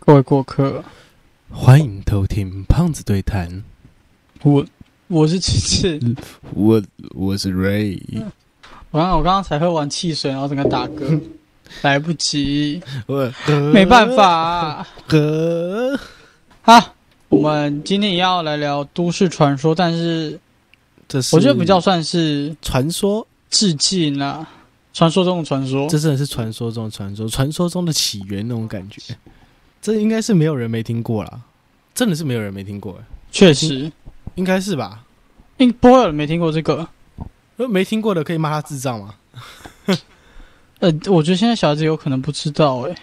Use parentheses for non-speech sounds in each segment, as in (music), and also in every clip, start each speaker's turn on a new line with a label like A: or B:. A: 各位过客，
B: 欢迎偷听胖子对谈，
A: 我我是琪琪，
B: 我我是 Ray，
A: 嗯我刚我刚刚才喝完汽水，然后整个打
B: (laughs)
A: 嗝，来不及，
B: 我呃
A: 没办法、啊。
B: 哥，
A: 好，我们今天也要来聊都市传说，但是
B: 这是
A: 我觉得比较哦算是
B: 传说，
A: 致敬啦，传说中的传说。
B: 这真的是传说中的传说，传说中的起源那种感觉，这应该是没有人没听过啦，真的是没有人没听过，哎
A: 确实，
B: 应该是吧？
A: 应不会有人没听过这个。
B: 如果没听过的可以骂他智障吗？
A: 呃，我觉得现在小孩子有可能不知道、欸，哎，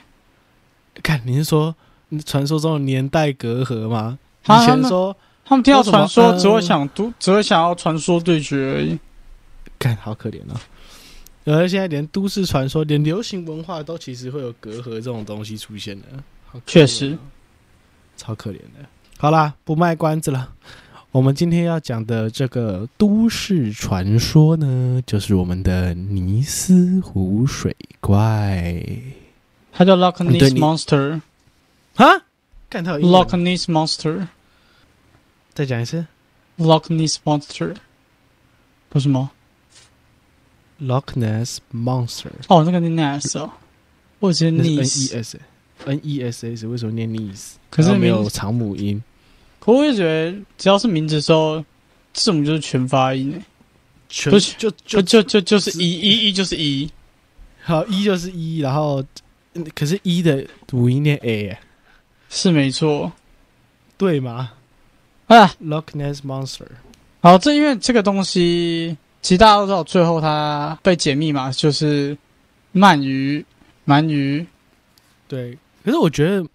B: 看你是说传说中的年代隔阂吗？
A: 他
B: 以
A: 他
B: 前
A: 们
B: 说
A: 他们听到传
B: 说什
A: 说
B: 么
A: 只会想都，只会想要传说对决而已。
B: 看好可怜啊。然后现在连都市传说、连流行文化都其实会有隔阂这种东西出现了，好可怜啊
A: 确实，
B: 超可怜的。好啦，不卖关子了。我们今天要讲的这个都市传说呢，就是我们的尼斯湖水怪
A: 它叫 Loch Ness
B: 对你
A: Monster。
B: 啊！看他有英文
A: Loch Ness Monster。
B: 再讲一次
A: Loch Ness Monster，不是吗？
B: ，Loch Ness Monster
A: 哦，那个是 Ness 哦，我直接
B: 那是 N
A: Ness，
B: E S N E S S 为什么念 Ness？
A: 可是
B: 然后没
A: 名
B: 有长母音。
A: 可我也觉得只要是名字的时候，字母就是全发音诶，
B: 全
A: 不是
B: 就
A: 就
B: 就
A: 就就就是
B: 是
A: 一一一就是一，
B: 好一就是一，然后嗯可是一的五音念 a，耶
A: 是没错。
B: 对吗
A: 啊，
B: ？Loch Ness Monster，
A: 好，这因为这个东西，其实大家都知道，最后它被解密嘛，就是鳗鱼，鳗鱼，
B: 对。可是我觉得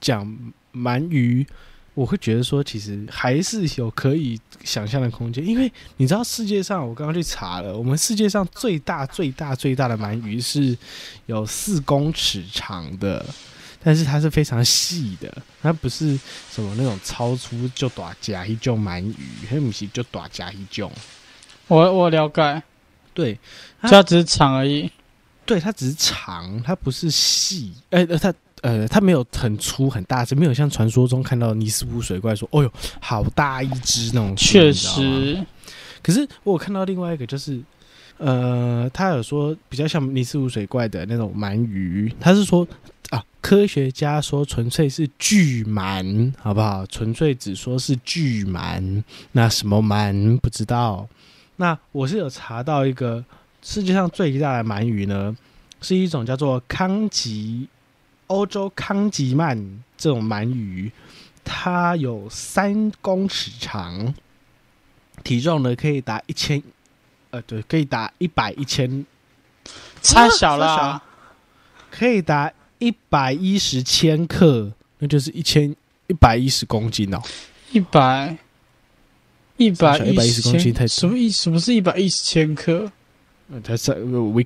B: 讲鳗鱼，我会觉得说其实还是有可以想象的空间，因为你知道世界上我刚刚去查了，我们世界上最大最大最大的鳗鱼是有四公尺长的。但是它是非常细的，它不是什么那种超出就打夹一种鳗鱼，它不是就打夹一种。
A: 我我了
B: 啊
A: 解，
B: 对，
A: 就它只是长而已。
B: 对，它只是长，它不是细，呃，呃它呃，它没有很粗很大只，没有像传说中看到尼斯湖水怪说，哦呦，好大一只那种。
A: 确，
B: 你知道吗
A: 实，
B: 可是我有看到另外一个就是。呃，他有说比较像尼斯湖水怪的那种鳗鱼，他是说啊，科学家说纯粹是巨鳗，好不好？纯粹只说是巨鳗，那什么鳗不知道。那我是有查到一个世界上最大的鳗鱼呢，是一种叫做康吉欧洲康吉鳗这种鳗鱼，它有三公尺长，体重呢可以达一千，呃，对，可以达一百一千，
A: 太小了
B: 啊
A: 啊
B: 太。可以达一百一十千克，那就是一千一百一十公斤哦。
A: 一百一百
B: 小110公斤太多
A: 什么意？什么是一百一十千克？
B: 呃它是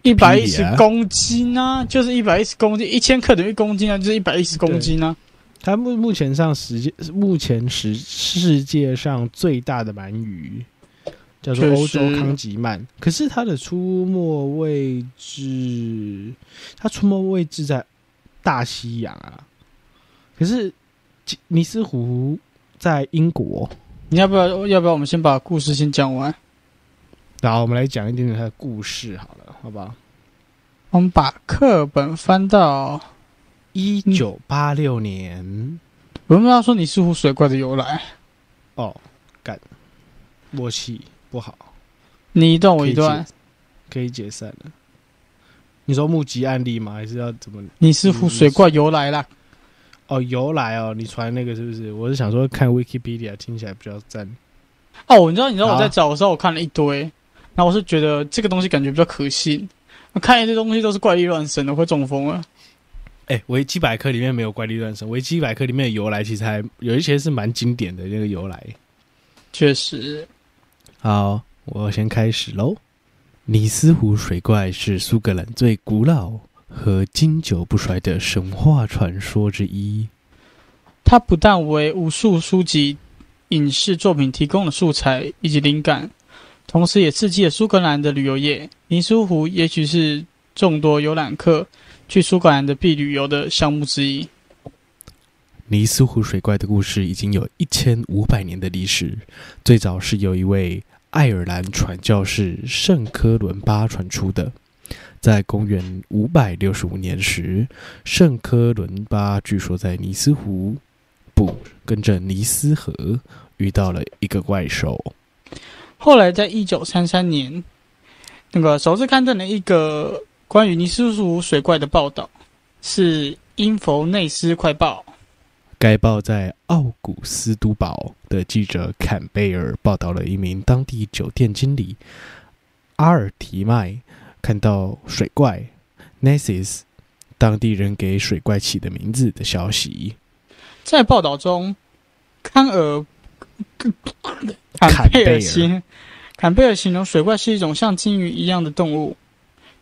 A: 一百一十，公斤啊，就是一百一十公斤，一千克等于一公斤啊，就是一百一十公斤啊。
B: 它目目前上世界目前世世界上最大的鳗鱼，叫做
A: 确
B: 欧洲
A: 实
B: 康吉鳗。可是它的出没位置，它出没位置在大西洋啊。可是吉尼斯湖在英国。
A: 你要不要？要不要我们先把故事先讲完？
B: 然后我们来讲一点点它的故事好了，好不好？
A: 我们把课本翻到，
B: 一九八六年，
A: 我们要说你是湖水怪的由来，
B: 哦，干，默契不好，
A: 你一段我
B: 可以
A: 一段。
B: 可以解散了。你说募集案例吗？还是要怎么？
A: 你是湖水怪由来啦，
B: 哦，由来哦，你传那个是不是？我是想说看 Wikipedia 听起来比较赞。
A: 哦，你知道，你知道我
B: 好
A: 在
B: 啊
A: 找的时候，我看了一堆，然后我是觉得这个东西感觉比较可信。我看一堆东西都是怪力乱神的，我会中风啊！
B: 哎、维基百科里面没有怪力乱神，维基百科里面的由来其实还有一些是蛮经典的那个由来。
A: 确实，
B: 好，我先开始喽。尼斯湖水怪是苏格兰最古老和经久不衰的神话传说之一。
A: 它不但为无数书籍、影视作品提供了素材以及灵感，同时也刺激了苏格兰的旅游业。尼斯湖也许是众多游览客去苏格兰的必旅游的项目之一。
B: 尼斯湖水怪的故事已经有一千五百年的历史，最早是由一位爱尔兰传教士圣科伦巴传出的。在公元五百六十五年时，圣科伦巴据说在尼斯湖，不，跟着尼斯河遇到了一个怪兽。
A: 后来在一九三三年，那个首次刊登了一个关于尼斯湖水怪的报道，是《英佛内斯快报》。
B: 该报在奥古斯都堡的记者坎贝尔报道了一名当地酒店经理阿尔提迈看到水怪 Nessis，当地人给水怪起的名字的消息。
A: 在报道中，康尔
B: 坎
A: 坎
B: 贝尔
A: 贝尔形坎贝尔形容水怪是一种像鲸鱼一样的动物。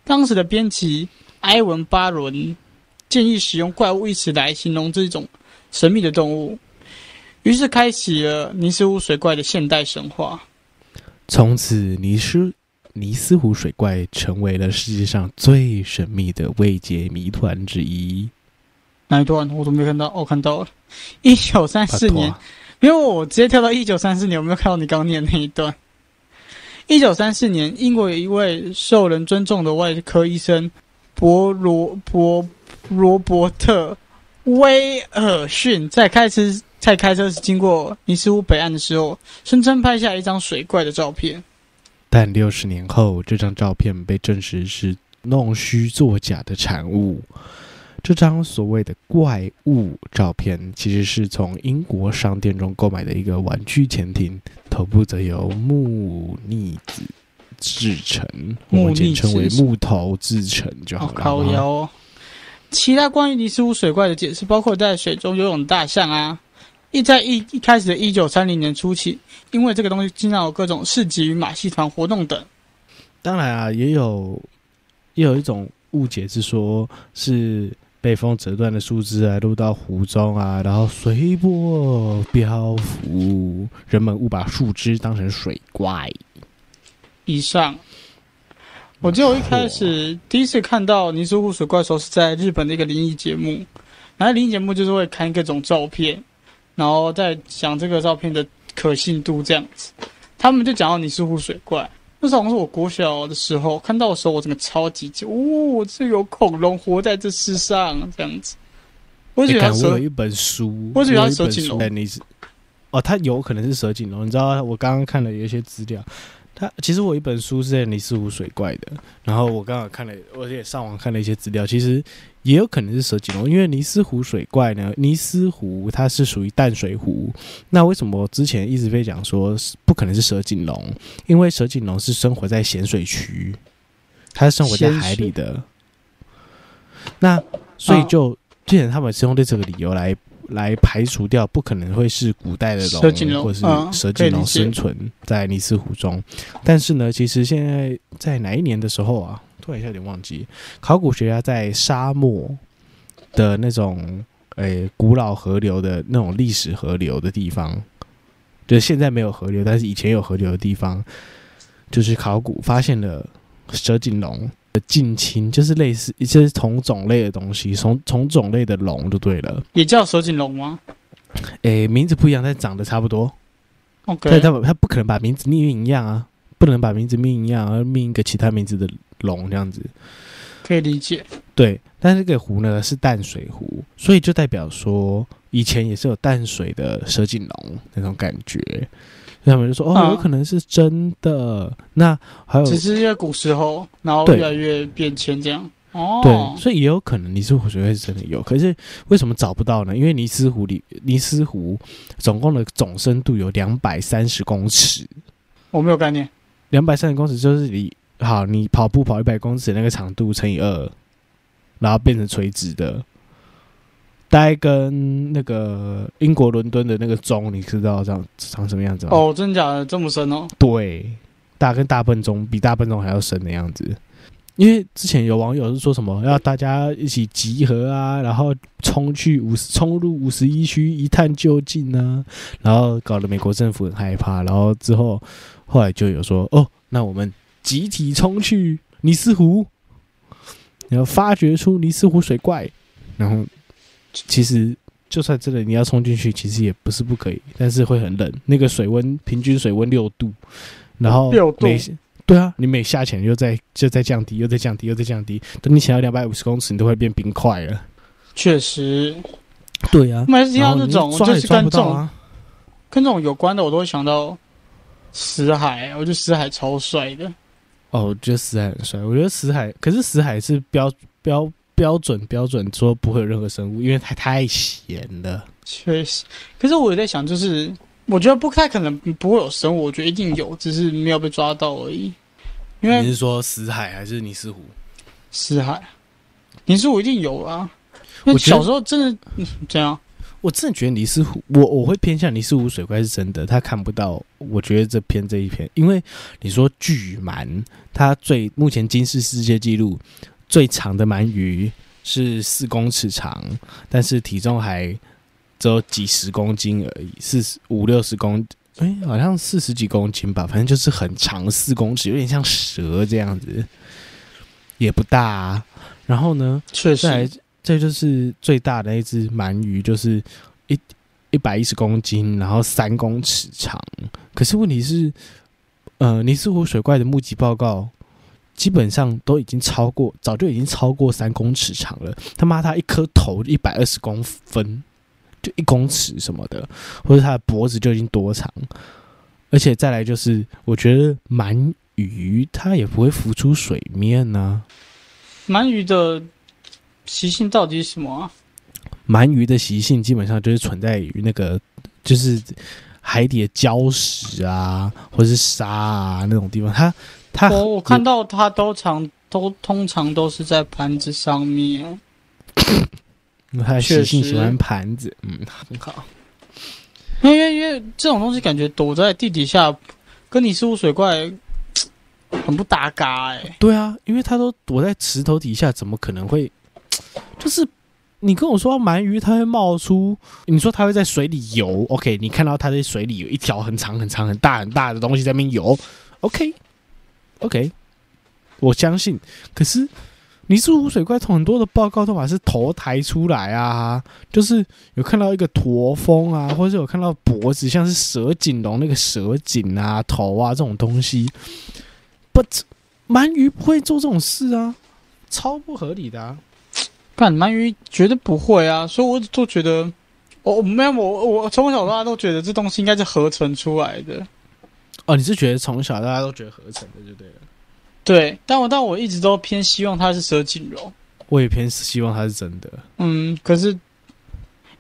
A: 当时的编辑埃文巴伦建议使用“怪物”一词来形容这种神秘的动物，于是开启了尼斯湖水怪的现代神话。
B: 从此，尼斯尼斯湖水怪成为了世界上最神秘的未解谜团之一。
A: 哪一段我都没看到？哦，看到了，一九三四年
B: 拜托，啊
A: 因为我直接跳到一九三四年，我没有看到你刚念那一段。一九三四年，英国有一位受人尊重的外科医生伯罗伯罗伯特威尔逊，在开车在开车时经过尼斯湖北岸的时候，声称拍下一张水怪的照片。
B: 但六十年后，这张照片被证实是弄虚作假的产物。这张所谓的怪物照片，其实是从英国商店中购买的一个玩具潜艇，头部则由木腻子制成，我
A: 木
B: 们
A: 腻
B: 简称为
A: 子
B: 木头制成就好
A: 哦，
B: 了。
A: 靠
B: 好吗
A: 腰哦。其他关于尼斯湖水怪的解释包括在水中游泳的大象啊，一在一一开始的一九三零年初期，因为这个东西经常有各种市集与马戏团活动等。
B: 当然啊，也有也有一种误解是说，是被风折断的树枝啊，落到湖中啊，然后随波漂浮。人们误把树枝当成水怪。
A: 以上，我记得我一开始第一次看到尼斯湖水怪的时候是在日本的一个灵异节目，然后灵异节目就是会看各种照片，然后再讲这个照片的可信度这样子。他们就讲到尼斯湖水怪，那时候好像是我国小的时候看到的时候，我整个超级惊，哦，这有恐龙活在这世上这样子。我
B: 我
A: 就觉得它
B: 我
A: 蛇
B: 有一本书，
A: 我以为它
B: 有一
A: 是蛇
B: 本
A: 颈
B: 书
A: 龙
B: 哎你是哦，它有可能是蛇颈哦龙。你知道，我刚刚看了有一些资料。它其实我有一本书是在尼斯湖水怪的，然后我刚好看了，我也上网看了一些资料，其实也有可能是蛇颈哦龙，因为尼斯湖水怪呢，尼斯湖它是属于淡水湖，那为什么我之前一直被讲说是不可能是蛇颈龙？因为蛇颈龙是生活在咸水区，它是生活在海里的，那所以
A: 哦
B: 就之前他们是用对这个理由来来排除掉不可能会是古代的龙，
A: 蛇颈龙
B: 或是
A: 嗯
B: 蛇
A: 可以
B: 颈
A: 理
B: 龙
A: 解
B: 生存在尼斯湖中。但是呢，其实现在在哪一年的时候啊，突然一下有点忘记，考古学家在沙漠的那种诶、古老河流的那种历史河流的地方，就是现在没有河流，但是以前有河流的地方，就是考古发现了蛇颈龙的近亲，就是类似就是同种类的东西，同同种类的龙就对了。
A: 也叫蛇颈龙吗
B: 诶、名字不一样，但长得差不多。但
A: ？OK，
B: 他们他不可能把名字命名一样啊，不能把名字命一样，而命一个其他名字的龙这样子。
A: 可以理解。
B: 对，但这个湖呢是淡水湖，所以就代表说以前也是有淡水的蛇颈龙那种感觉，所以他们就说哦，
A: 啊
B: 有可能是真的。那还有
A: 只是因为古时候，然后
B: 嗯对
A: 越来越变迁这样。哦
B: 对，，所以也有可能尼斯湖水怪是真的有，可是为什么找不到呢？因为尼斯湖里尼斯湖总共的总深度有两百三十公尺，
A: 我没有概念。
B: 两百三十公尺就是你好，你跑步跑一百公尺那个长度乘以二，然后变成垂直的，大概跟那个英国伦敦的那个钟，你知道长长什么样子吗？，
A: 哦，真的假的这么深哦？
B: 对，大跟大笨钟比大笨钟还要深的样子。因为之前有网友是说什么要大家一起集合啊，然后冲去五十冲入五十一区一探究竟啊，然后搞得美国政府很害怕，然后之后后来就有说哦，那我们集体冲去尼斯湖，然后发掘出尼斯湖水怪，然后其实就算真的你要冲进去，其实也不是不可以，但是会很冷。那个水温平均水温六度，然后
A: 6度
B: 每对啊，你每下潜又在就在降低，又在降低，又在降低，等你潜到两百五十公尺，你都会变冰块了。
A: 确实，
B: 对啊，
A: 每次听
B: 然
A: 到
B: 后
A: 这
B: 你
A: 种，我
B: 抓
A: 就
B: 也
A: 是
B: 抓
A: 跟
B: 不
A: 这
B: 到
A: 种、
B: 啊。
A: 跟这种有关的，我都会想到死海，我觉得死海超帅的。
B: 哦，我觉得死海很帅，我觉得死海，可是死海是标标标准标准说不会有任何生物，因为它太咸了。
A: 确实，可是我也在想，就是我觉得不太可能不会有生物，我觉得一定有，只是没有被抓到而已。因
B: 你
A: 为
B: 是说死海还是尼斯湖？
A: 死海，你说我一定有啊。因为
B: 我觉得
A: 小时候真的嗯怎样？
B: 我真的觉得尼斯湖，我我会偏向尼斯湖水怪是真的，他看不到。我觉得这篇这一篇，因为你说巨鳗，它最目前金氏世界纪录最长的鳗鱼是四公尺长，但是体重还只有几十公斤而已，四十五六十公。哎、好像四十几公斤吧，反正就是很长，四公尺，有点像蛇这样子，也不大、啊。然后呢，
A: 确
B: 再来
A: 实，，
B: 这就是最大的那一只鳗鱼，就是一一百一十公斤，然后三公尺长。可是问题是，呃，尼斯湖水怪的目击报告基本上都已经超过，早就已经超过三公尺长了。他妈，它一颗头一百二十公分，就一公尺什么的，或者它的脖子就已经多长。而且再来就是，我觉得鳗鱼它也不会浮出水面啊呢、
A: 鳗鱼的习性到底是什么啊？
B: 鳗鱼的习性基本上就是存在于那个，就是海底的礁石啊，或者是沙啊那种地方。它它
A: 我我看到它都常都通常都是在盘子上面。
B: 它的习性
A: 确实
B: 喜欢盘子，嗯，很好。
A: 因为因为这种东西感觉躲在地底下，跟你是污水怪很不搭嘎哎、
B: 对啊，因为它都躲在石头底下，怎么可能会？就是你跟我说鳗鱼它会冒出，你说它会在水里游，OK？你看到它在水里有一条很长很长很大很大的东西在那边游，OK？OK？、我相信。可是你是湖水怪，很多的报告都把是头抬出来啊，就是有看到一个驼峰啊，或者是有看到脖子像是蛇颈龙那个蛇颈啊、头啊这种东西，but 鳗鱼不会做这种事啊，超不合理的啊！
A: 干鳗鱼绝对不会啊，所以我一直都觉得，我我没有我我从小到大都觉得这东西应该是合成出来的，
B: 哦，你是觉得从小大家都觉得合成的就对了。
A: 对，但我但我一直都偏希望它是蛇颈龙，
B: 我也偏希望它是真的。
A: 嗯，可是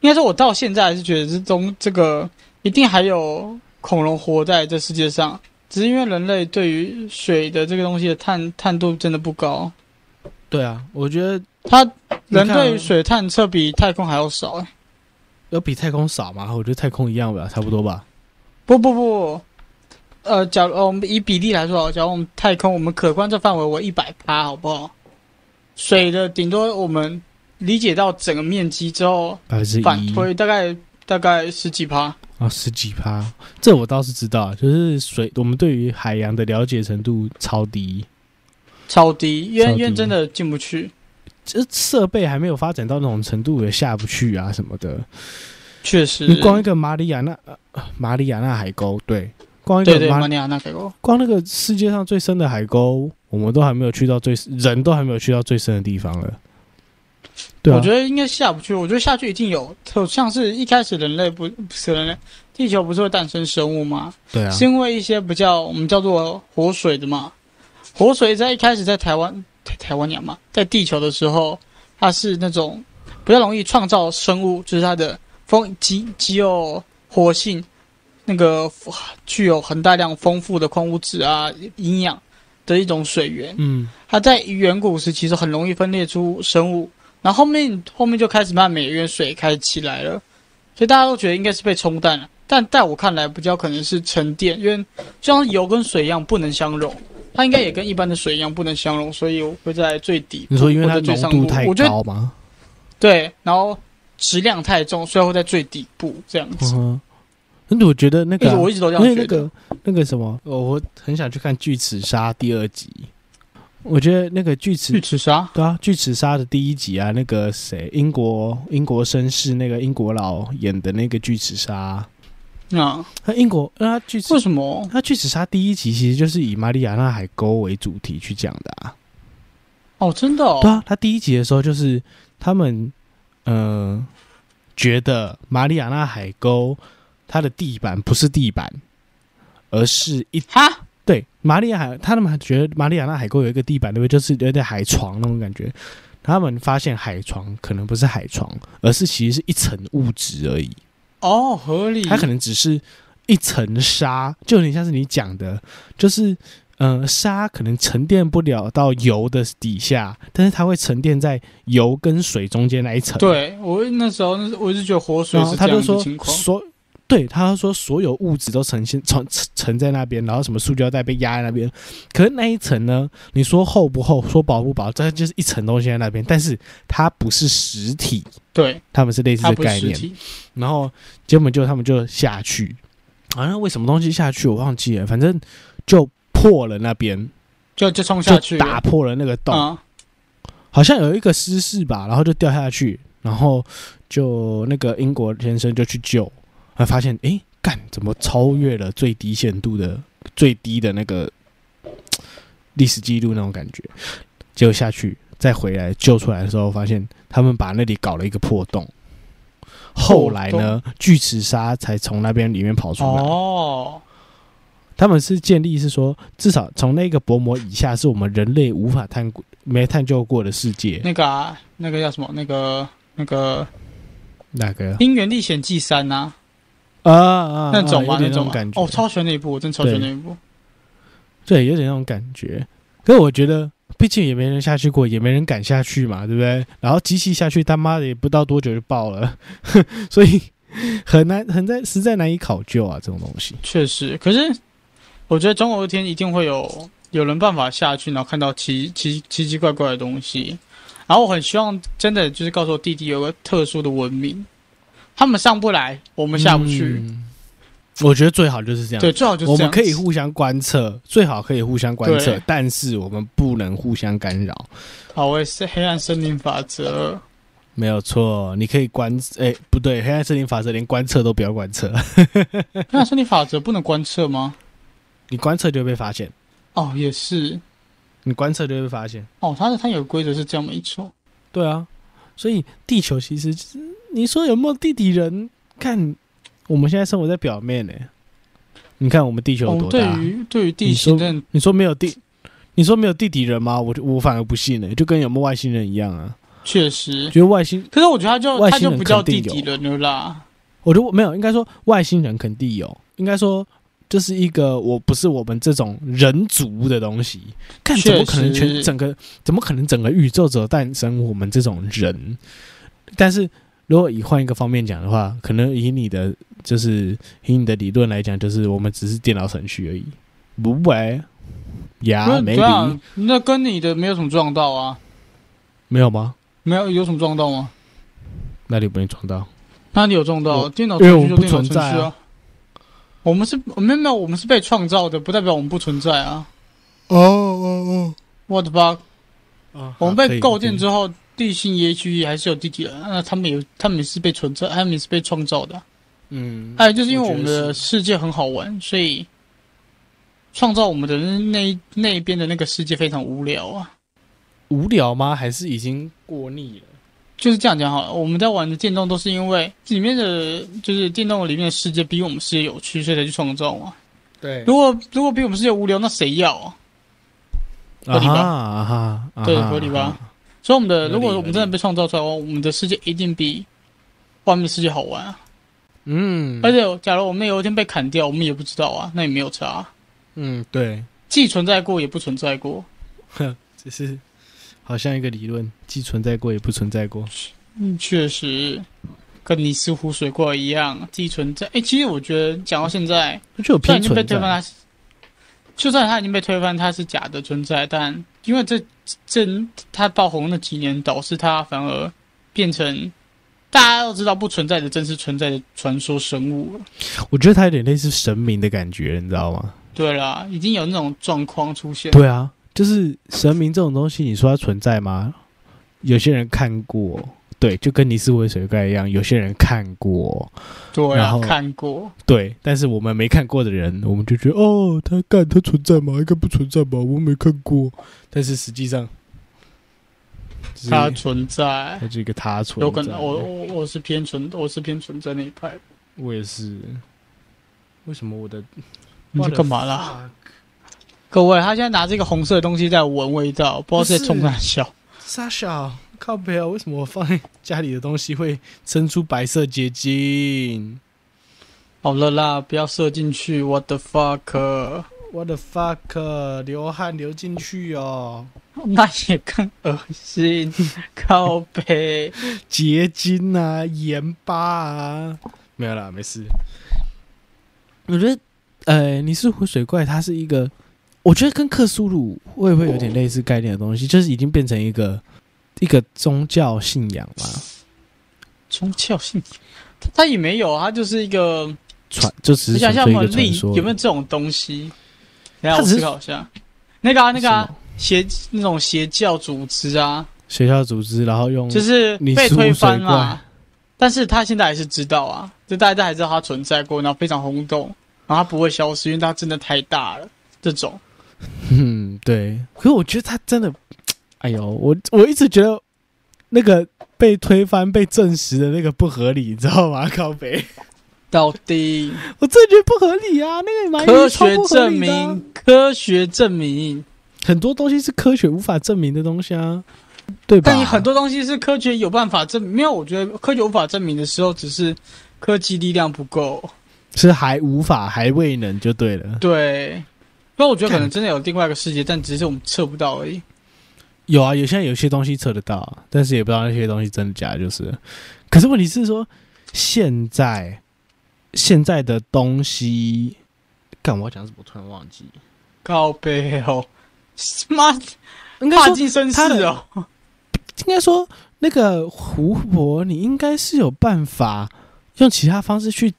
A: 应该说我到现在还是觉得这东这个一定还有恐龙活在这世界上，只是因为人类对于水的这个东西的探探度真的不高，
B: 对啊，我觉得
A: 它
B: 你看
A: 人
B: 啊
A: 对于水探测比太空还要少、欸，
B: 有比太空少嘛，我觉得太空一样吧，差不多吧。
A: 不不不，呃，假如、呃我们以比例来说好，假如我们太空呃我们可观测范围为一百趴，好不好？水的顶多我们理解到整个面积之后，
B: 百分之
A: 反
B: 一
A: 推大概大概十几趴。
B: 啊，十几趴，这我倒是知道，啊就是水，我们对于海洋的了解程度超低，
A: 超低，
B: 超
A: 渊
B: 低
A: 渊真的进不去，
B: 这设备还没有发展到那种程度，也下不去啊什么的。
A: 确实。
B: 你光一个马里亚纳，呃马里亚纳海沟，对，光一
A: 对对，
B: 个马
A: 马尼亚那给我，
B: 光那个世界上最深的海沟，我们都还没有去到最人都还没有去到最深的地方了。对啊，
A: 我觉得应该下不去。我觉得下去一定有，就像是一开始人类不不是人类，地球不是会诞生生物吗？
B: 对啊，
A: 是因为一些比较我们叫做活水的嘛，活水在一开始在台湾台台湾养嘛，在地球的时候，它是那种比较容易创造生物，就是它的丰极极有活性，那个具有很大量丰富的矿物质啊、营养的一种水源。
B: 嗯，
A: 它在远古时期是很容易分裂出生物，然后后面后面就开始慢慢因为水开始起来了，所以大家都觉得应该是被冲淡了。但在我看来，比较可能是沉淀，因为就像油跟水一样不能相溶，它应该也跟一般的水一样不能相溶，所以我会在最底部
B: 你说因为它
A: 或者最
B: 浓
A: 上
B: 度
A: 部
B: 太
A: 我觉得
B: 高吗？
A: 对，然后质量太重，所以会在最底部这样
B: 嗯
A: 子。
B: 哼，但我觉得那
A: 一
B: 个
A: 直
B: 啊、
A: 我一直都这
B: 因为
A: 样
B: 那
A: 觉得
B: 个。那个什么，我我很想去看《巨齿鲨》第二集。我觉得那个巨齿
A: 巨齿鲨，
B: 对啊，《巨齿鲨》的第一集啊，那个谁，英国英国绅士那个英国佬演的那个巨齿鲨，
A: 啊，
B: 他英国那他巨齿
A: 为什么？
B: 他巨齿鲨第一集其实就是以马里亚纳海沟为主题去讲的啊。
A: 哦，真的哦
B: 对，啊，他第一集的时候就是他们呃觉得马里亚纳海沟它的地板不是地板，而是一
A: 哈，
B: 对，马里亚海，他们还觉得马里亚纳海沟有一个地板，对不对？就是有点海床那种感觉。他们发现海床可能不是海床，而是其实是一层物质而已。
A: 哦，合理，
B: 它可能只是一层沙，就有点像是你讲的，就是呃，沙可能沉淀不了到油的底下，但是它会沉淀在油跟水中间那一层。
A: 对我那时候，那时候我就觉得活水
B: 然后
A: 是
B: 他
A: 这
B: 就
A: 样的
B: 说
A: 情况，
B: 所，对，他说所有物质都呈现沉沉在那边，然后什么塑胶袋被压在那边。可是那一层呢？你说厚不厚？说薄不薄？这就是一层东西在那边，但是它不是实体，
A: 对，
B: 他们是类似
A: 它
B: 的
A: 不是
B: 概
A: 实
B: 念。
A: 体，
B: 然后结果就他们就下去，好、像为什么东西下去我忘记了，反正就破了那边，
A: 就就冲下
B: 就
A: 去
B: 打
A: 了，
B: 破了那个洞。
A: 啊，
B: 好像有一个失事吧，然后就掉下去，然后就那个英国先生就去救，还发现诶，干怎么超越了最低限度的最低的那个嘖历史记录那种感觉，结果下去再回来救出来的时候，发现他们把那里搞了一个破洞。后来呢，巨齿鲨才从那边里面跑出来。
A: 哦，
B: 他们是建立是说，至少从那个薄膜以下是我们人类无法探过、没探究过的世界。
A: 那个啊，那个叫什么？那个那个
B: 哪个？
A: 《冰原历险记三》呐，
B: 啊啊，
A: 那种
B: 有
A: 嘛，
B: 点
A: 那
B: 那种
A: 嘛
B: 感觉。
A: 哦，超喜欢那一部，我真超喜欢
B: 对
A: 那一部。
B: 对，有点那种感觉。可是我觉得，毕竟也没人下去过，也没人敢下去嘛，对不对？然后机器下去，他妈的也不到多久就爆了， (laughs) 所以很难，很在实在难以考究啊，这种东西。
A: 确实，可是我觉得总有一天一定会有有人办法下去，然后看到奇奇奇奇怪怪的东西。然后我很希望真的就是告诉我弟弟有个特殊的文明，他们上不来，我
B: 我
A: 们下不去。
B: 我觉得最好嗯就是这样。
A: 对，最好就是
B: 我
A: 这样
B: 们可以
A: 子
B: 互相观测，最好可以互相观测
A: 对，
B: 但是我们不能互相干扰。
A: 好，我也是黑暗森林法则。
B: 没有错，你可以观，哎、不对，黑暗森林法则连观测都不要观测， (laughs)
A: 黑暗森林法则不能观测吗？
B: 你观测就会被发现，
A: 哦，也是。
B: 你观测就会被发现。
A: 哦，它的它有规则是这样没错。
B: 对啊，所以地球其实就是你说有没有地底人？看我们现在生活在表面呢、你看我们地球有
A: 哦，
B: 多
A: 对
B: 大？
A: 于对于地
B: 你
A: 形
B: 说
A: 真的
B: 你说没有地，你说没有地底人吗？我就我反而不信呢、就跟有没有外星人一样啊。
A: 确实，
B: 觉得外星，
A: 可是我觉得它就
B: 外
A: 它
B: 星
A: 就
B: 人
A: 不叫
B: 肯
A: 地
B: 定
A: 底
B: 有
A: 人了啦。
B: 我如果没有，应该说外星人肯定有，应该说。这是一个我不是我们这种人族的东西，看怎么可能
A: 确
B: 全
A: 实
B: 整个怎么可能整个宇宙只有诞生我们这种人？但是如果以换一个方面讲的话，可能以你的就是以你的理论来讲，就是我们只是电脑程序而已。不喂，呀，
A: 不
B: 没
A: 是
B: 理
A: 对啊，那跟你的没有什么撞到啊？
B: 没有吗？
A: 没有有什么撞到吗？
B: 那里没撞到？
A: 那你有撞到？啊
B: 我
A: 电脑
B: 因
A: 程
B: 为
A: 序就
B: 我不
A: 电脑程
B: 存在
A: 序
B: 啊
A: 啊。我们是没有没有，我们是被创造的，不代表我们不存在啊。
B: 哦哦
A: 我的妈！
B: 哦
A: 我们被构建之后，地心也许也还是有地底人，那他们也他们也是被存在，他们也是被创造的啊。
B: 嗯，
A: 哎，就是因为我们
B: 我觉
A: 的
B: 得
A: 世界很好玩，所以创造我们的那一那一边的那个世界非常无聊啊。
B: 无聊吗？还是已经过腻了？
A: 就是这样讲好了，我们在玩的电动都是因为里面的就是电动里面的世界比我们世界有趣，所以才去创造嘛。
B: 对
A: 如果如果比我们世界无聊，那谁要啊？合理吧
B: 啊哈啊哈，
A: 对
B: 啊哈
A: 合理吧？所以我们的
B: 合理
A: 如果我
B: 合
A: 们
B: 理
A: 真的被创造出来的话，我们的世界一定比外面的世界好玩啊！
B: 嗯，
A: 而且假如我们有一天被砍掉，我们也不知道啊，那也没有差啊、
B: 嗯，对，
A: 既存在过也不存在过。
B: 只是好像一个理论，既存在过也不存在过。
A: 嗯，确实，跟尼斯湖水怪一样，既存在。哎、其实我觉得讲到现在，
B: 我觉得有
A: 虽然
B: 偏
A: 已经被
B: 嗯
A: 推
B: 存
A: 翻，
B: 在，
A: 它是就算它已经被推翻，它是假的存在，但因为这这它爆红那几年，导致它反而变成大家都知道不存在的真实存在的传说生物了。
B: 我觉得它有点类似神明的感觉，你知道吗？
A: 对啦，已经有那种状况出现。
B: 对啊，就是神明这种东西，你说它存在吗？有些人看过，对，就跟尼斯湖水怪一样，有些人看过，
A: 对
B: 然
A: 啊
B: 后，
A: 看过，
B: 对，但是我们没看过的人，我们就觉得哦，他干他存在吗？应该不存在吧，我没看过。但是实际上，就是
A: 它存在，
B: (laughs) 它是一个他存在，
A: 有可能我我我是偏存，我是偏存在那一派。
B: 我也是。为什么我的
A: 你在干嘛啦？？各位，他现在拿这个红色的东西在闻味道，不知道是在冲他笑。
B: 傻小靠北啊！为什么我放在家里的东西会生出白色结晶
A: 好了啦，不要射进去，What the fuck？
B: ？What the fuck！流汗流进去哦，
A: 那也更恶
B: (laughs)
A: 心，靠背。
B: 结晶啊，盐巴啊，没有啦，没事。我觉得，呃，你是湖水怪，它是一个，我觉得跟克苏鲁会不会有点类似概念的东西，就是已经变成一个一个宗教信仰嘛，
A: 宗教信仰，他也没有，啊他就是一个。
B: 传就只
A: 你
B: 是
A: 想象
B: 纯粹一
A: 我
B: 个
A: 们
B: 传
A: 历
B: 说。
A: 有没有这种东西？等一下
B: 它
A: 我
B: 只是
A: 思考一下。那个啊，那个
B: 什
A: 啊
B: 么，
A: 邪那种邪教组织啊，
B: 学校组织，然后用
A: 就是
B: 嗯你
A: 被
B: 是污
A: 推
B: 水
A: 翻嘛
B: 怪。
A: 但是他现在还是知道啊，就大家还知道他存在过，然后非常轰动，然后他不会消失，因为他真的太大了。这种
B: 嗯，对。可是我觉得他真的，哎呦，我我一直觉得那个被推翻、被证实的那个不合理，你知道吗？靠北，
A: 到底
B: 我真的觉得不合理啊！那个蛮
A: 科学证明，科学证明，
B: 啊很多东西是科学无法证明的东西啊，对吧？
A: 但你很多东西是科学有办法证明，没有，我觉得科学无法证明的时候，只是科技力量不够。
B: 是还无法、还未能就对了。
A: 对，那我觉得可能
B: 干
A: 真的有另外一个世界，但只是我们测不到而已。
B: 有啊，有现在有些东西测得到啊，但是也不知道那些东西真的假的，就是了。可是问题是说，现在现在的东西，干我要讲什么？我突然忘记。
A: 靠背哦， (laughs) 妈，
B: 应该
A: 跨
B: 说，
A: 境绅
B: 他
A: 士
B: 的
A: 哦，
B: 应该说，那个湖泊，你应该是有办法用其他方式去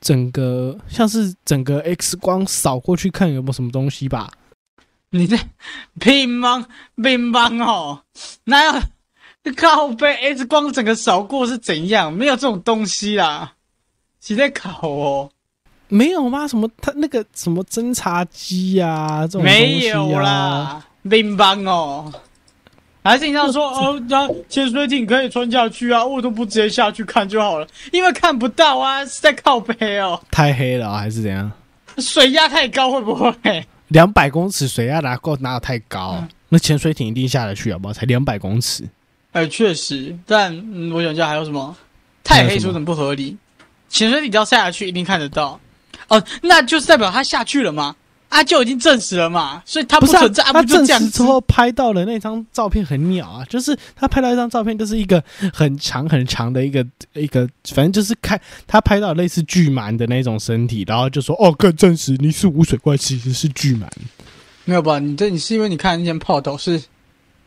B: 整个，像是整个 X 光扫过去看有没有什么东西吧。
A: 你这乒乓乒乓哦，哪有？靠背 X 光整个扫过是怎样？没有这种东西啦，谁在搞哦？
B: 没有吗？什么它那个什么侦察机啊，这种、东
A: 没
B: 西啊
A: 有啦，乒乓哦。还是你要说哦，那潜水艇可以穿下去啊，为什么不直接下去看就好了？因为看不到啊，是在靠背哦。
B: 太黑了、啊、还是怎样？
A: 水压太高会不会？
B: 两百公尺水压哪够哪有太高、
A: 嗯
B: 那潜水艇一定下得去好不好？才两百公尺，
A: 哎，确实，但、嗯、我想一下还有什么？太
B: 还
A: 黑
B: 有什
A: 说
B: 么
A: 很不合理，潜水艇只要下下去一定看得到。哦，那就是代表他下去了嘛，啊，就已经证实了嘛，所以他不
B: 是、啊、
A: 存在，啊
B: 他
A: 不就
B: 证
A: 这样
B: 实之
A: 子？
B: 后拍到了那张照片很鸟啊，就是他拍到一张照片，就是一个很长很长的一个一个，反正就是看他拍到类似巨鳗的那种身体，然后就说哦，更证实你是无水怪，其实是巨鳗。
A: 没有吧？你这你是因为你看那件炮头是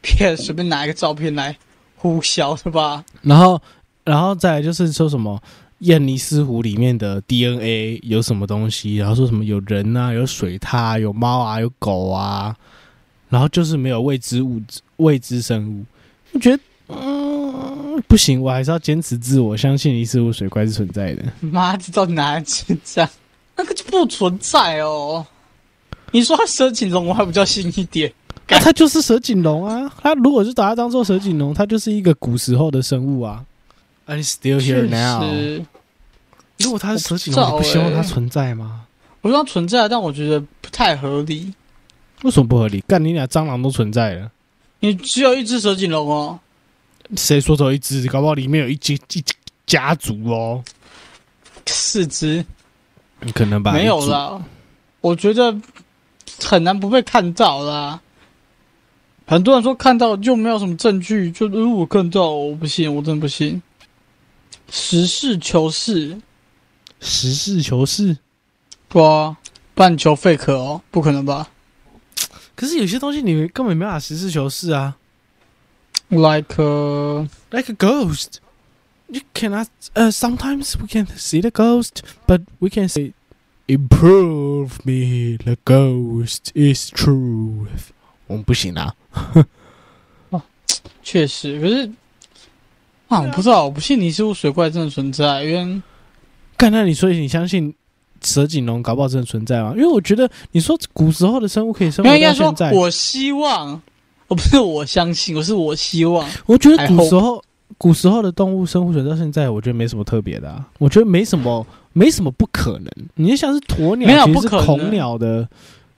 A: 别人随便拿一个照片来呼啸的吧？
B: 然后，然后再来就是说什么燕尼斯湖里面的 DNA 有什么东西，然后说什么有人啊，有水獭、啊，有猫啊，有狗啊，然后就是没有未知物质、未知生物。我觉得，嗯，不行，我还是要坚持自我，相信尼斯湖水怪是存在的。
A: 妈，这到底哪来智障？那个就不存在哦。你说他蛇颈龙，我还比较信一点。
B: 那它就是蛇颈龙啊！它如果是把它当做蛇颈龙，它就是一个古时候的生物啊。And
A: 哎
B: it's still
A: 确
B: here now。
A: 实。
B: 如果它是蛇颈
A: 我
B: 龙，
A: 不
B: 你
A: 知道
B: 不希望它
A: 欸
B: 存在吗？
A: 我说它存在，但我觉得不太合理。
B: 为什么不合理？干你俩蟑螂都存在了。
A: 你只有一只蛇颈龙哦，
B: 谁说走一只？搞不好里面有一家一家族哦，
A: 四只
B: 可能吧？
A: 没有啦。我觉得很难不被看到啦。很多人说看到就没有什么证据，就如果我看到，我不信，我真的不信。实事求是，
B: 一组。实事求是。
A: 哇，半球废壳哦，不可能吧
B: 可是有些东西你根本没办法实事求是啊
A: ？Like，呃
B: ，like a ghost。You cannot. Uh, sometimes we can see the ghost, but we can say, "Improve me, the ghost is truth." 我们不行啊啦、
A: 确实，可是啊，我不知道，我不信尼斯湖水怪真的存在，因为
B: 干，那你说你相信蛇颈龙搞不好真的存在吗？因为我觉得你说古时候的生物可以生
A: 没
B: 活
A: 有应该
B: 到
A: 说
B: 现在，，我
A: 我希望，哦我不是我相信，我是我希望，
B: 觉得
A: I
B: 古时候古时候的动物生物存到现在，我觉得没什么特别的、啊，我觉得没什么没什么不可能。你就像是鸵鸟，
A: 没有
B: 其实
A: 不
B: 是
A: 可能
B: 恐鸟的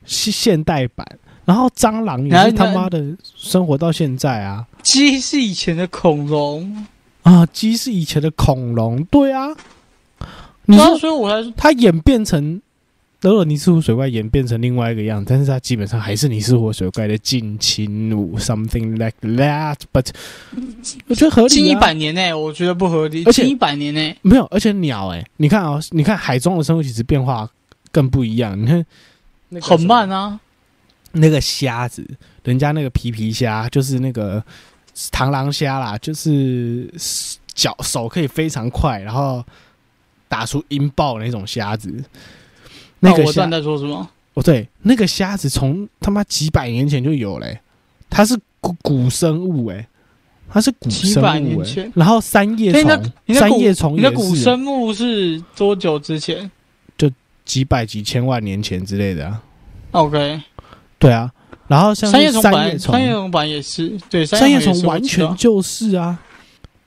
B: 现现代版，然后蟑螂也
A: 然后
B: 是他妈的生活到现在啊
A: 鸡是以前的恐龙，
B: 啊！鸡是以前的恐龙，对啊，你
A: 然后
B: 说
A: 所以我才
B: 它演变成德尔尼斯湖水怪演变成另外一个样子，但是它基本上还是尼斯湖水怪的近亲物，something like that，but 我觉得合理、啊。
A: 近一百年内，我觉得不合理，
B: 而且
A: 近一百年内，
B: 没有，而且鸟哎、你看哦，你看海中的生物其实变化更不一样，你看。那个
A: 很慢
B: 什么
A: 啊，
B: 那个虾子，人家那个皮皮虾就是那个螳螂虾啦，就是脚手可以非常快，然后打出音爆那种虾子。那
A: 啊
B: 个
A: 我知
B: 虾
A: 道你在说什么，
B: 哦，对，那个虾子从他妈几百年前就有嘞、欸它是古古生物哎、它是古
A: 几
B: 生
A: 百
B: 物
A: 年
B: 哎、
A: 前
B: 然后三叶
A: 所以那
B: 虫，
A: 你的
B: 三
A: 古
B: 叶虫
A: 你
B: 也
A: 的古
B: 是欸啊
A: 生物是多久之前
B: 几百几千万年前之类的啊。
A: ？OK，
B: 对啊，然后像
A: 三叶
B: 是
A: 虫
B: 三
A: 版，
B: 叶虫
A: 三，叶虫版也是，对，
B: 三叶
A: 也
B: 虫
A: 是我
B: 完
A: 知
B: 全
A: 道
B: 就是啊。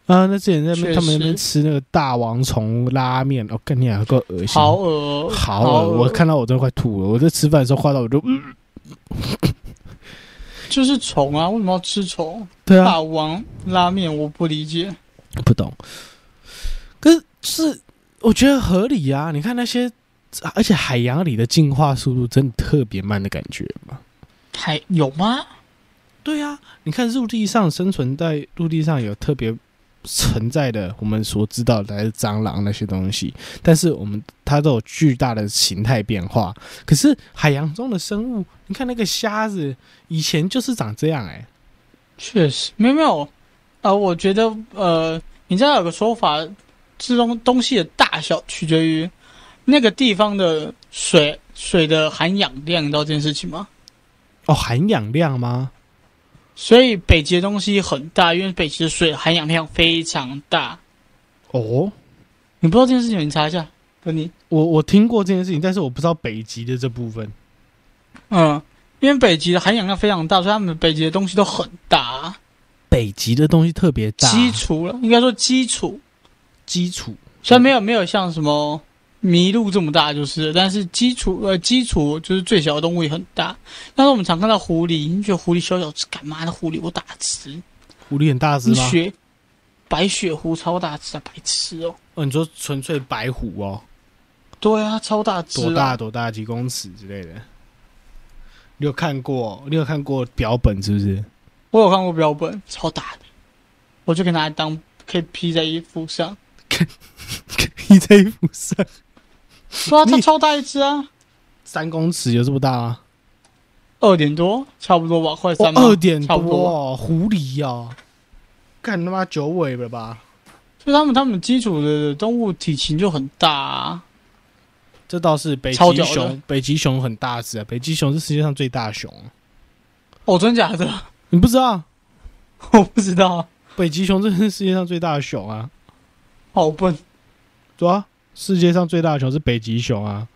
B: 啊，那之前在那边
A: 确
B: 他们那边
A: 实
B: 吃那个大王虫拉面，哦，跟你还够恶心，
A: 好恶，
B: 好恶我看到我都快吐了。我在吃饭的时候画到我就，嗯
A: 就是虫啊，为什么要吃虫？
B: 对啊，
A: 大王拉面我不理解，
B: 不懂。可是是我觉得合理啊，你看那些，而且海洋里的进化速度真的特别慢的感觉嘛。
A: 还有吗？
B: 对啊，你看陆地上生存在陆地上有特别存在的我们所知道的还是蟑螂那些东西，但是我们它都有巨大的形态变化。可是海洋中的生物，你看那个虾子以前就是长这样哎、
A: 确实没有没有，呃，我觉得呃，你知道有个说法，这种东西的大小取决于那个地方的水水的含氧量，你知道这件事情吗？
B: 哦，含氧量吗？
A: 所以北极的东西很大，因为北极的水含氧量非常大。
B: 哦，
A: 你不知道这件事情，你查一下，等你。
B: 我我听过这件事情，但是我不知道北极的这部分。
A: 嗯，因为北极的含氧量非常大，所以他们北极的东西都很大，
B: 北极的东西特别大，
A: 基础了，应该说基础。
B: 基础
A: 虽然没有没有像什么麋鹿这么大，就是，但是基础呃基础就是最小的动物也很大。但是我们常看到狐狸，你觉得狐狸小小只，干嘛的狐狸我打吃，
B: 狐狸很大只
A: 你
B: 吗？
A: 雪白雪狐超大只啊，白痴哦。
B: 哦，你说纯粹白虎哦，
A: 对啊，超大只、啊，
B: 多大？多大几公尺之类的？你有看过？你有看过标本是不是？ (laughs)
A: 我有看过标本，超大的，我就可以拿来当可以披在衣服上。
B: 你在衣服上
A: 对啊，它
B: (laughs) 你
A: 超大一只啊，
B: 三公尺有这么大吗？
A: 二点多，差不多吧，快
B: 哦
A: 三，吧、
B: 二点
A: 差不多吧。
B: 哦，狐狸哦，看他妈九尾了吧？
A: 所以他们他们基础的动物体型就很大、啊，
B: 这倒是北
A: 超
B: 极
A: 屌的
B: 熊，北极熊很大只啊，北极熊是世界上最大的熊，
A: 哦，真假的？ (laughs)
B: 你不知道？
A: 我不知道，啊
B: 北极熊真的是世界上最大的熊啊！
A: 好笨，
B: 对啊，世界上最大的熊是北极熊啊，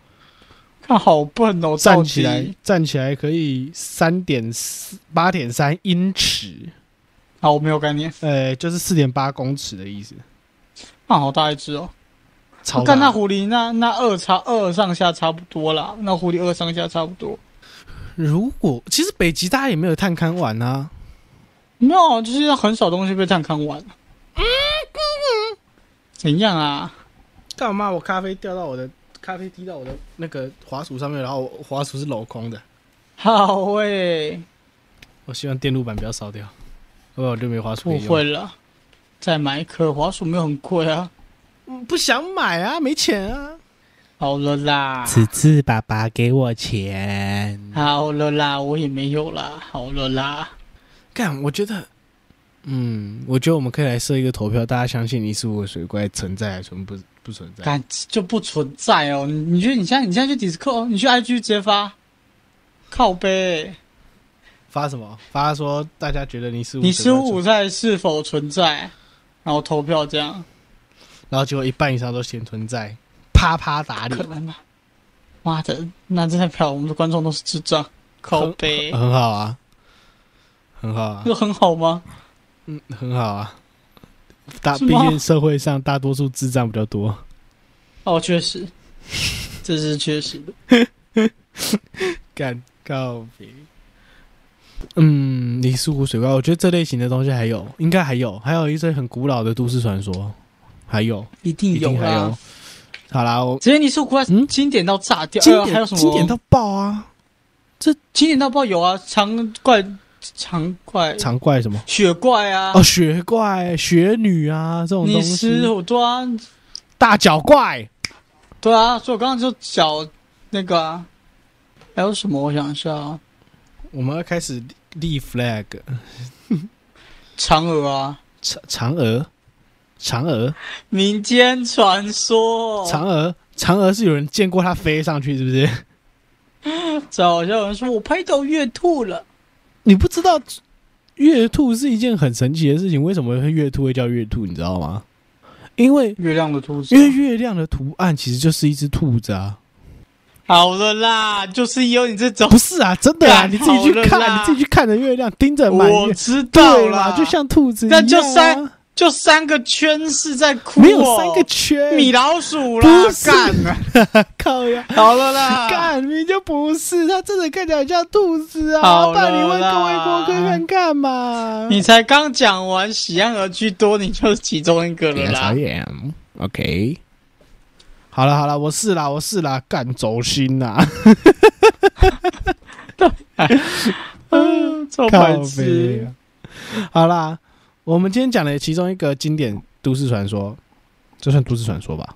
A: 看好笨哦，
B: 站
A: 到
B: 起
A: 底
B: 来站起来可以三点四八点三英尺，
A: 啊，我没有概念，
B: 呃，就是四点八公尺的意思，
A: 那好大一只哦。
B: 超
A: 看那
B: 大。
A: 狐狸，那那二差二上下差不多啦，那狐狸二上下差不多。
B: 如果其实北极大家也没有探勘完啊，
A: 没有，啊就是很少东西被探勘完。怎样啊？
B: 干嘛？我咖啡掉到我的咖啡滴到我的那个滑鼠上面，然后我滑鼠是镂空的，
A: 好喂、
B: 我希望电路板不要烧掉，要不然我就没滑鼠可
A: 不
B: 以用。
A: 会了，再买一颗滑鼠没有很贵啊。
B: 嗯，不想买啊，没钱啊。
A: 好了啦，
B: 次爸爸给我钱
A: 好了啦，我也没有啦，好了啦。
B: 干，我觉得，嗯，我觉得我们可以来设一个投票，大家相信尼斯湖的水怪存在还存不不存在？
A: 感就不存在哦。你你哦去，你现在你现在去 Discord，你去 IG 直接发，靠背、
B: 发什么？发说大家觉得尼斯湖
A: 尼斯
B: 水怪
A: 湖
B: 存，
A: 在是否存在，然后投票这样，
B: 然后结果一半以上都嫌存在，啪啪打
A: 可
B: 脸，
A: 能吧？妈的，那真的票，我们的观众都是智障，靠背，
B: 很好啊，很好啊
A: 这，很好吗？
B: 嗯，很好啊。大
A: 是
B: 毕
A: 吗
B: 竟社会上大多数智障比较多，
A: 哦，确实，这是确实的。
B: 敢告别。嗯，尼斯湖水怪，我觉得这类型的东西还有，应该还有，还有一些很古老的都市传说，还有，
A: 一定
B: 一
A: 有啊
B: 定还有
A: 啦。。
B: 好啦，我
A: 直接你说古怪
B: 嗯，
A: 经典到炸掉，
B: 经
A: 呃
B: 典
A: 还有什么
B: 经典到爆啊！
A: 经典到爆有啊，长怪长怪
B: 长怪什么？
A: 雪怪啊，
B: 哦，雪怪、雪女啊，这种
A: 你
B: 东西
A: 师，我对啊
B: 大脚怪，
A: 对啊，所以我刚刚就找那个啊，还有什么？我想一下啊，
B: 我们要开始立 flag。
A: 嫦娥啊，
B: 嫦嫦娥，嫦娥，
A: 民间传说，
B: 嫦娥，嫦娥是有人见过它飞上去，是不是？ (laughs)
A: 早就有人说我拍到月兔了，
B: 你不知道月兔是一件很神奇的事情，为什么会月兔会叫月兔？你知道吗？因为
A: 月亮的兔子
B: 因为月亮的图案其实就是一只兔子啊，
A: 好了啦，就是有你这种，
B: 不是啊，真的啊，
A: 哦干
B: 你自己去
A: 好了啦
B: 看，你自己去看着月亮，盯着 (laughs) 满
A: 我
B: 月，
A: 知道
B: 对
A: 啦，
B: 嘛，就像兔子一样、
A: 那
B: 啊，
A: 就三就三个圈是在哭、哦，
B: 没有三个圈，
A: 米老鼠啦
B: 不，是
A: 干了，
B: 靠呀！
A: 好了 (laughs) 啦，
B: 干，你就不是，它真的看起来很像兔子啊！
A: 好了
B: 爸，你问各位
A: 啦
B: 锅哥看看嘛。
A: 你才刚讲完喜安而居多，你就是其中一个了啦。
B: 眼，OK。好了好了，我是啦，我是啦，干走心啊啦，
A: (laughs) 嗯，臭白
B: 靠背
A: 痴
B: 啊。好啦，我们今天讲的其中一个经典都市传说，这算都市传说吧？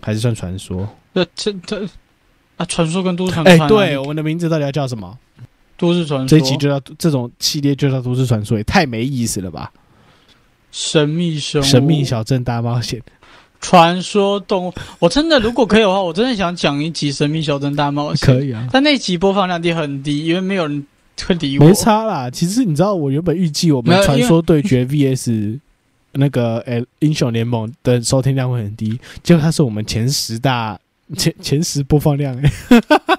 B: 还是算传说？
A: 这这这啊，传说跟都市传
B: 哎、
A: 说，
B: 对，，我们的名字到底要叫什么？
A: 都市传说
B: 这一集就叫这种系列就叫都市传说，也太没意思了吧？
A: 神秘生物
B: 神秘小镇大冒险，
A: 传说动物。我真的如果可以的话，我真的想讲一集《神秘小镇大冒险》，
B: 可以啊。
A: 但那集播放量低很低，因为没有人会理我
B: 没。差啦，其实你知道，我原本预计我
A: 没有
B: 们传
A: 因为
B: 说对决 VS 那个诶、英雄联盟的收听量会很低，结果它是我们前十大前前十播放量、
A: 哎
B: 欸，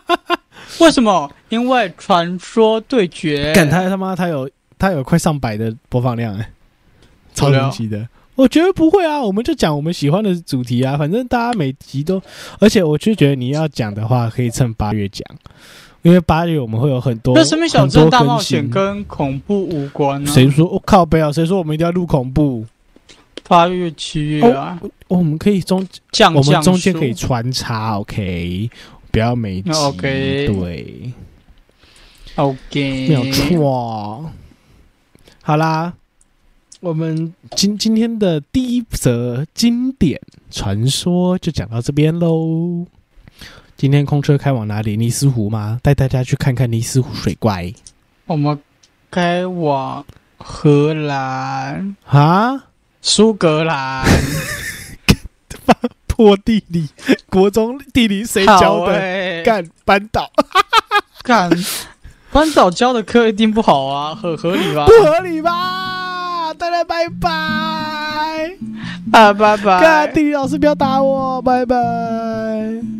A: 为什么？因为传说对决，
B: 干他他妈他有他有快上百的播放量、欸，超
A: 无聊
B: 神奇的。我觉得不会啊，我们就讲我们喜欢的主题啊，反正大家每集都，而且我就觉得你要讲的话，可以趁八月讲，因为八月我们会有很多。
A: 那《神秘小镇大冒险
B: 很》多
A: 跟恐怖无关
B: 更
A: 呢、
B: 新
A: 啊？
B: 谁说我、靠背啊？谁说我们一定要录恐怖？
A: 八月、七月啊，
B: 我们可以中，
A: 降
B: 哦我
A: 降
B: 们中间
A: 速
B: 可以穿插，OK，不要每集
A: 那哦 OK
B: 对，
A: OK，
B: 没有错。好啦，我们今今天的第一则经典传说就讲到这边喽。今天空车开往哪里？尼斯湖吗？带大家去看看尼斯湖水怪
A: 我们该往荷兰、
B: 啊！
A: 苏格兰。
B: 破地理，国中地理谁
A: 好
B: 教的？
A: 欸
B: 干班导
A: 干， (laughs) 关岛教的课一定不好啊，很合理吧
B: 不？ (laughs) 合理吧？大家拜拜。
A: 啊，拜拜。
B: 干，地理老师不要打我，拜拜。